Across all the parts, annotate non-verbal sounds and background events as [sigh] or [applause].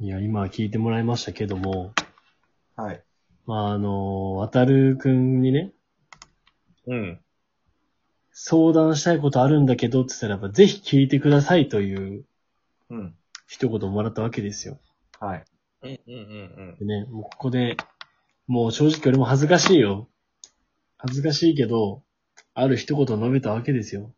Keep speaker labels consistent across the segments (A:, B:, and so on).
A: いや、今聞いてもらいましたけども、
B: はい。
A: まあ、あの、渡るくんにね、
B: うん。
A: 相談したいことあるんだけどって言ったらば、ぜひ聞いてくださいという
B: うん。
A: 一言をもらったわけですよ。
B: はい。
C: うんうんうん
A: でね、もうここで、もう正直俺も恥ずかしいよ。恥ずかしいけど、ある一言述べたわけですよ。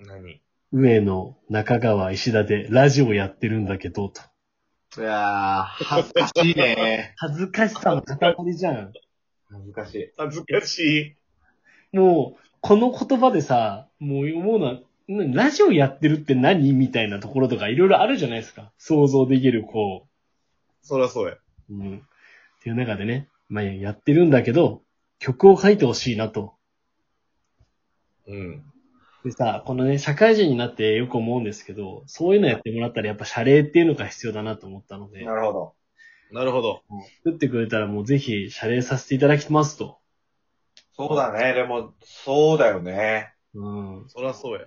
C: うん。何
A: 上野、中川、石田でラジオやってるんだけど、と。
B: いやー、恥ずかしいね。
A: 恥ずかしさの塊じゃん。
B: 恥ずかしい。
C: 恥ずかし
A: もう、この言葉でさ、もう思うのは、んラジオやってるって何みたいなところとかいろいろあるじゃないですか。想像できる、こ
C: い。そらそうや。
A: う。うん。っていう中でね、まあやってるんだけど、曲を書いてほしいなと。
C: うん。
A: でさ、このね、社会人になってよく思うんですけど、そういうのやってもらったらやっぱ謝礼っていうのが必要だなと思ったので、
B: なるほど。
C: なるほど。
A: 作ってくれたらもうぜひ謝礼させていただきますと。
B: そうだね。でも、そうだよね。
A: うん。
C: そらそうや。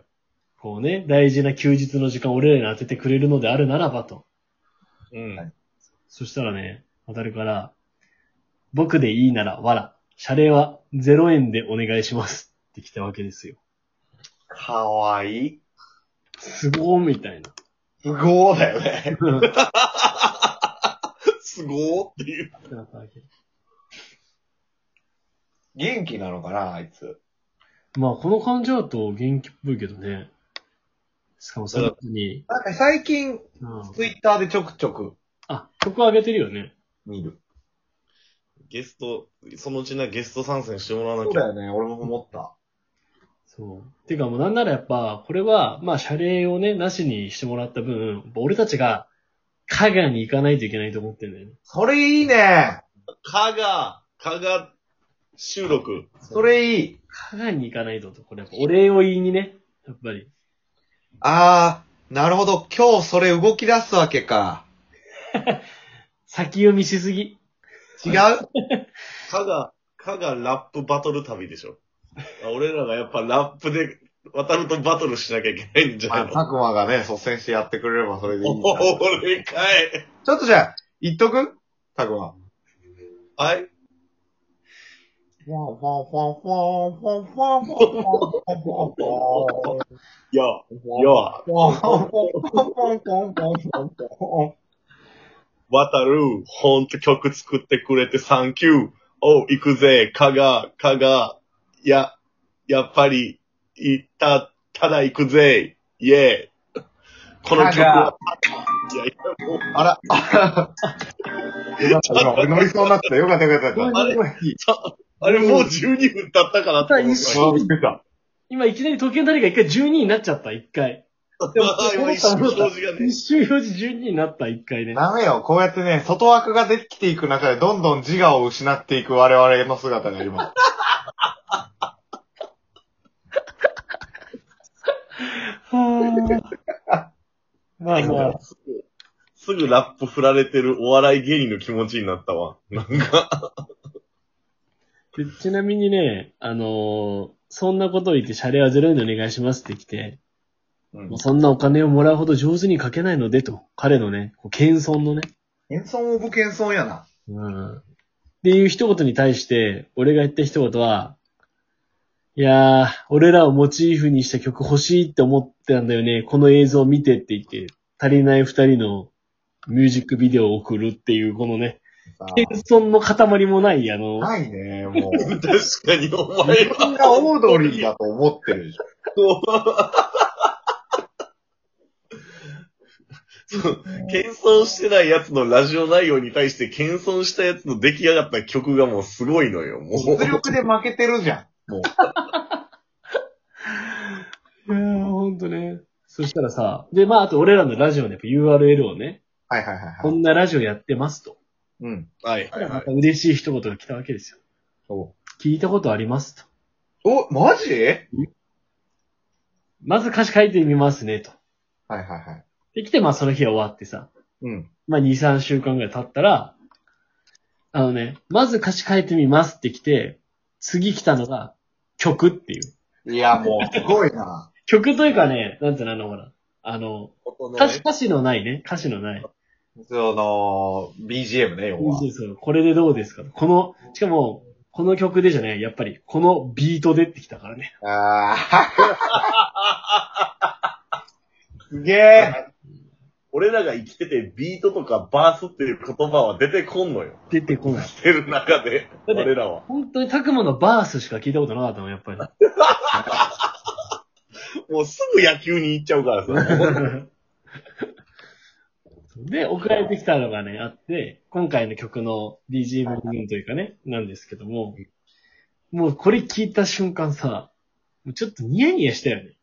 A: こうね、大事な休日の時間を俺らに当ててくれるのであるならばと。
C: うん。
B: はい
A: そしたらね、渡るから、僕でいいなら、わら。謝礼は0円でお願いします。って来たわけですよ。
B: かわいい。
A: すごーみたい [laughs] な。
B: すごーだよね。
C: すごーっていう。
A: ってなったわけ
B: 元気なのかな、あいつ。
A: まあ、この感じだと元気っぽいけどね。しかもそれなのに、
B: なんか最近、
A: うん。
B: ツイッターでちょくちょく
A: あ、曲上げてるよね。
B: 見る。
C: ゲスト、そのうちなゲスト参戦してもらわ
B: そ
C: な
B: う
C: きゃ
B: だ。よね。俺も思った。
A: そう。てかもうなんならやっぱ、これは、まあ、謝礼をね、なしにしてもらった分、俺たちが、加賀に行かないといけないと思ってんだよね。
B: それいいね。
C: 加賀、加賀収録。
B: それいい。
A: 加賀に行かないとと、これやっぱお礼を言いにね、やっぱり。
B: あー、なるほど。今日それ動き出すわけか。
A: 先読みしすぎ。
B: 違う
C: 加賀、加賀ラップバトル旅でしょ。あ俺らがやっぱラップで渡るとバトルしなきゃいけないんじゃないの
B: 佐久間がね、率先してやってくれればそれでいいんだ。ち
C: 俺かい。
B: ょっとじゃあ、言っとく佐久間。
C: はい。
B: ファンファンファンファンファンファンファンファンファンファン
C: よ、よ、渡る、ほんと曲作ってくれてサンキュー。おう、行くぜ、加賀、加賀、や、やっぱり、行った、ただ行くぜ、イェー。この曲は、いやいや、もう、
B: あ [laughs] ら。よかった、俺乗りそうになってた。よかったよかったよかった。
C: あれもう12分経ったかなと思っ
A: 一
C: た。
B: あびっくりした
A: 今いきなり東京の誰が一回12になっちゃった、一回。でも
C: 今 [laughs] 一瞬表示がね
A: 一、周表示12になった、一回ね。
B: ダメよ。こうやってね、外枠ができていく中で、どんどん自我を失っていく我々の姿がありま
A: [laughs] まあまあ、
C: すぐラップ振られてるお笑い芸人の気持ちになったわ。なんか、
A: でちなみにね、あのーそんなことを言って、謝礼はゼロ円でお願いしますって来て、もう
B: す。
A: そんなお金をもらうほど上手に書けないのでと、彼のね、こう謙遜のね、
B: 謙遜オブ謙遜やな。
A: うん。っていう一言に対して、俺が言った一言は、いやー、俺らをモチーフにした曲欲しいって思ってたんだよね。この映像を見てって言って、足りない二人のミュージックビデオを送るっていう、このね、謙遜の塊もない、あの、
B: ないね、もう。
C: 確かにお前は。
B: みんなオードリーだと思ってるでしょ。
C: そう謙遜してないやつのラジオ内容に対して謙遜したやつの出来上がった曲がもうすごいのよ、もう。
B: 実力で負けてるじゃん。もう。
A: いやー、ほんとね。そしたらさ、で、まあ、あと俺らのラジオのやっぱ URL をね、
B: はいはいはいはい。
A: こんなラジオやってますと。
B: うん。
C: はいはいは
A: ま
C: い
A: た。嬉しい一言が来たわけですよ。
B: お、
A: 聞いたことありますと。
B: おマジ
A: まず歌詞書いてみますね、と。
B: はいはいはい。
A: できて、まあその日は終わってさ、
B: うん。
A: まあ2、3週間ぐらい経ったら、あのね、まず歌詞書いてみますって来て、次来たのが曲っていう。
B: いや、もう、すごいな。
A: 曲というかね、なんていうの、あの、ほら、あの、
C: この
A: 歌詞
C: ね、
A: 歌詞のないね。歌詞のない。
C: その、BGM ね、要は。
A: そうそうこれでどうですかこの、しかも、この曲でじゃない、やっぱり、このビートでってきたからね。
C: あーすげえ。俺らが生きててビートとかバースっていう言葉は出てこんのよ。
A: 出てこない。
C: 出る中で、
A: だって
C: 俺らは。
A: 本当にたくまのバースしか聞いたことなかったの、やっぱり。
C: もうすぐ野球に行っちゃうからさ。
A: [laughs] で、送られてきたのがね、あって、今回の曲の BGM 部分というかね、なんですけども、もうこれ聞いた瞬間さ、もうちょっとニヤニヤしたよね。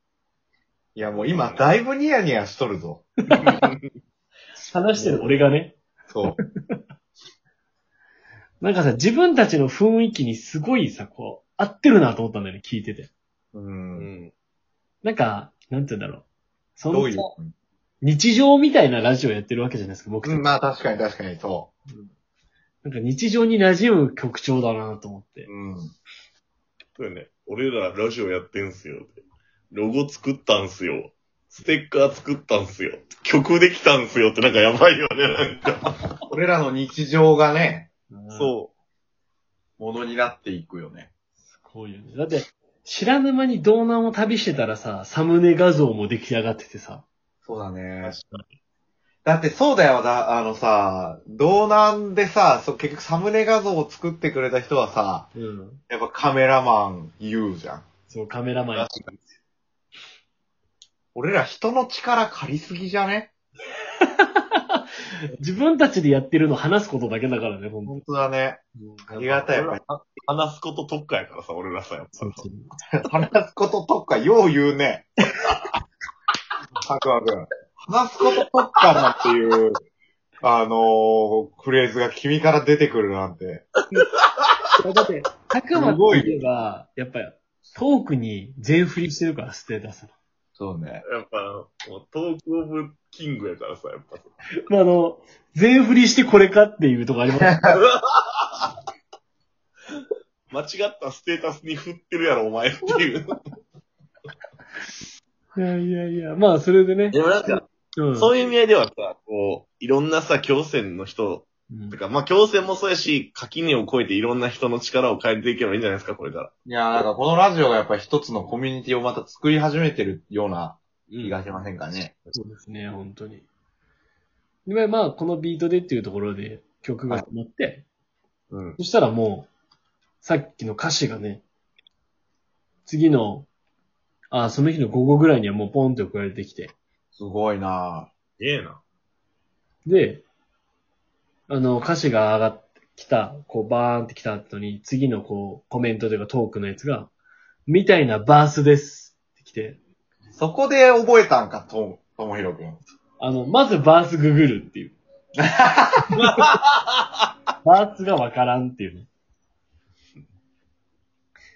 B: いや、もう今、だいぶニヤニヤしとるぞ。
A: 話してる俺がね。
B: そう。
A: なんかさ、自分たちの雰囲気にすごいさ、こう、合ってるなと思ったんだよね、聞いてて。
B: う。
C: うんん。
A: なんか、なんて言うんだろう。そんな
B: どういう。
A: 日常みたいなラジオやってるわけじゃないですか、僕た
B: う
A: ち。
B: ん、まあ確かに確かに、そ
A: なんか日常に馴染む曲調だなと思って
B: う。。うん。
C: そうよね。俺らラジオやってんすよ。ロゴ作ったんすよ。ステッカー作ったんすよ。曲できたんすよってなんかやばいよね、なんか。
B: 俺らの日常がね、
A: う。
C: そ
B: ものになっていくよね。
A: すごいよね。だって、知らぬ間に道南を旅してたらさ、サムネ画像も出来上がっててさ。
B: そうだね
C: 確。
B: だってそうだよ、だ、あのさ、道南でさ、そう結局サムネ画像を作ってくれた人はさ、
A: うん。
B: やっぱカメラマン言うじゃん。
A: そう、カメラマン。
B: 俺ら人の力借りすぎじゃね
A: 自分たちでやってるの話すことだけだからね、ほんと。
B: 本当だね。 [laughs] ありがたい。やっぱり
C: う。話すこと特化やからさ、俺らさ、やっぱ。
B: 話すこと特化、よう言うね。 [laughs] たくまくん。話すこと特化なんていう、あのー、フレーズが君から出てくるなんて。
A: だって、たくまって言えば、やっぱり、トークに全振りしてるから、ステータスの。
B: そうね。
C: やっぱ、もうトークオブキングやからさ、やっぱ。
A: まあ、あの、全振りしてこれかっていうとこありますね。
C: 間違ったステータスに振ってるやろ、お前っていう。
A: いやいやいや、まあ、それでね。
C: でもなんか、
A: うん。
C: そういう意味合いではさ、こう、いろんなさ、強戦の人、
A: うん
C: てか、まあ、強戦もそうやし、垣根を越えていろんな人の力を変えていけばいいんじゃないですか、これから。
B: いやー、なんかこのラジオがやっぱり一つのコミュニティをまた作り始めてるような
C: う
B: 気がしませんかね。
A: そうですね、本当に。で、まあ、このビートでっていうところで曲が決まって、
C: うん。
A: そしたらもう、さっきの歌詞がね、次の、あその日の午後ぐらいにはもうポンって送られてきて、
B: すごいな
C: ええな。
A: で、あの、歌詞が上がってきた、こう、バーンってきた後に、次のこう、コメントというかトークのやつが、みたいなバースですってきて、
B: ーそこで覚えたんか、と、ともひろくん。
A: あの、まずバースググるって
B: [laughs]
A: いう。バースがわからんっていうね。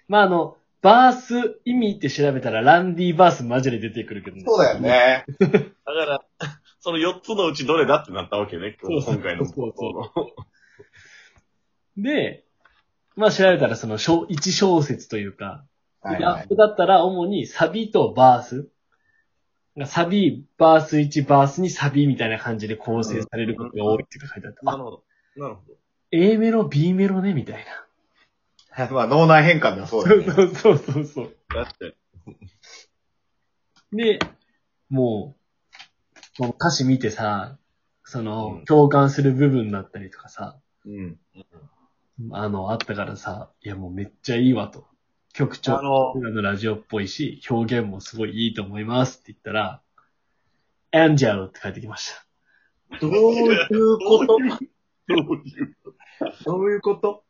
A: まあ、あの、バース意味って調べたらランディバースマジで出てくるけどね。
B: そうだよ。ね。
C: だから、 [laughs] その4つのうちどれだってなったわけね、今日、
A: そう
C: 今回の。
A: そうそうで、まあ調べたらその小、一小節というか、
B: はいは
A: ラ
B: い
A: ップ。だったら主にサビとバース。サビ、バース1、バース2、サビみたいな感じで構成されることが多いっていうか書いてあった。
C: なるほど。なるほど。
A: A メロ、B メロね、みたいな。
B: [laughs] まあ脳内変換 [laughs] だそうだ
A: そ
B: よ
A: う
B: ね。
A: そうそうそうそう。
C: だって、
A: で、もう、この歌詞見てさ、その
C: う、ん
A: 共感する部分だったりとかさ、
B: うん。
A: あの、あったからさ、いやもうめっちゃいいわと。曲調
B: あ、の、
A: 僕らのラジオっぽいし、表現もすごいいいと思いますって言ったら、エンジェルって書いてきました。
B: どういうこと
C: どういう、
B: [laughs] どういうこと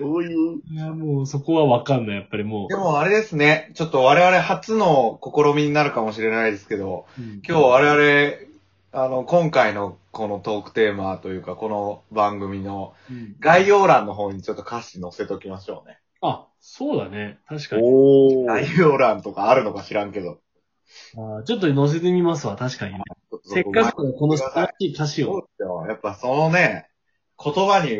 C: どういう、
A: いや、もうそこはわかんない、やっぱりも
B: でもあれですね、ちょっと我々初の試みになるかもしれないですけど、
A: う。うん
B: 今日我々、あの、今回のこのトークテーマというか、この番組の
A: うん
B: 概要欄の方にちょっと歌詞載せときましょうね。
A: あ、そうだね。確かに。
C: おー。
B: 概要欄とかあるのか知らんけど。
A: あーちょっと載せてみますわ、確かにね。せっかくのこの素晴らしい歌詞
B: そう
A: を。
B: ですよ。やっぱそのね、言葉に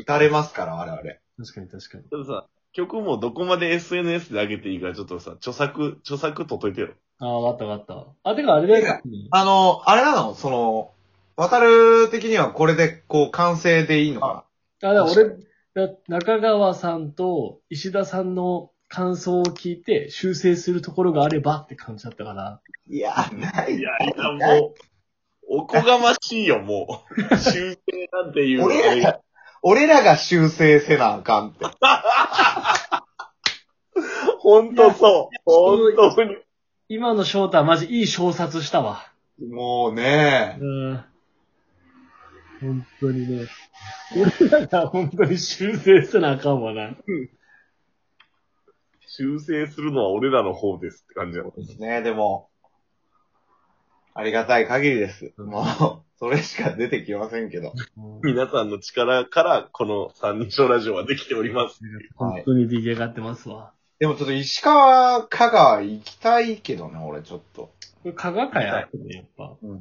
B: 打たれますから、我々。
A: 確かに確かに。
C: ちょっとさ、曲もどこまで SNS で上げていいか、ちょっとさ、著作、著作取っといてよ。
A: ああ、わかったわかった。あ、てかあれだ
B: て
A: よ
B: か。あの、あれなのその、渡る的にはこれで、こう、完成でいいのか
A: あ、だから俺、だ中川さんと石田さんの感想を聞いて修正するところがあればって感じだったから。
B: ないや、ない
C: いや、いや、もう、おこがましいよ、もう。修正なんていうの
B: 俺ら、俺らが修正せなあかんって。
C: ほんとそう。ほんとに。
A: 今の翔太はマジいい小殺したわ。
B: もうね、
A: うん。本当にね。俺らが本当に修正せなあかんわな。
C: 修正するのは俺らの方ですって感じだもん。
B: ね、でも、ありがたい限りです。もう、それしか出てきませんけど。
A: うん
C: 皆さんの力から、この三人称ラジオはできております。
A: 本当に出来上がってますわ。
B: でもちょっと石川、香川行きたいけどね、俺ちょっと。
A: これ加賀会あるね、やっぱ。
B: うん、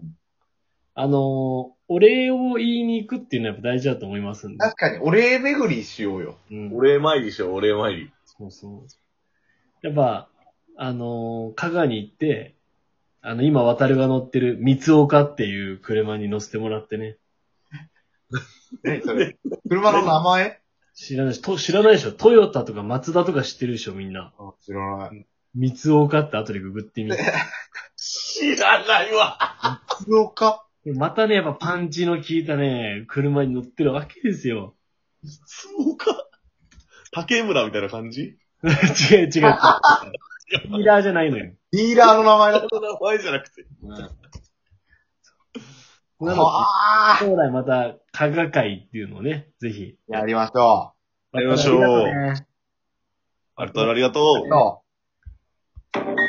A: あのーお礼を言いに行くっていうのはやっぱ大事だと思いますんで。
B: 確かに、お礼巡りしようよ。
A: うん
C: お礼参りしよう、お礼参り。
A: そうそう。やっぱ、あのー、加賀に行って、あの、今、渡るが乗ってる、三岡っていう車に乗せてもらってね。
B: 何それ車の名前
A: 知らないし、と知らないでしょトヨタとかマツダとか知ってるでしょみんな。
B: あ知らない。
A: 三岡って後でググってみて。
C: 知らないわ。
B: 松岡
A: またね、やっぱパンチの効いたね、車に乗ってるわけですよ。
C: そうか。竹村みたいな感じ
A: 違う違う。ディーラーじゃないのよ。
B: ディーラーの名前だっ
C: [laughs] そんな名前じゃなくて。
A: な
B: た。
A: ので、
B: あ
A: 将来また、加賀会っていうのをね、ぜひ。
B: ーやりましょ
A: や
C: りましょう
A: ありがとね
C: ありがとう、ありがとう
B: う。。そう。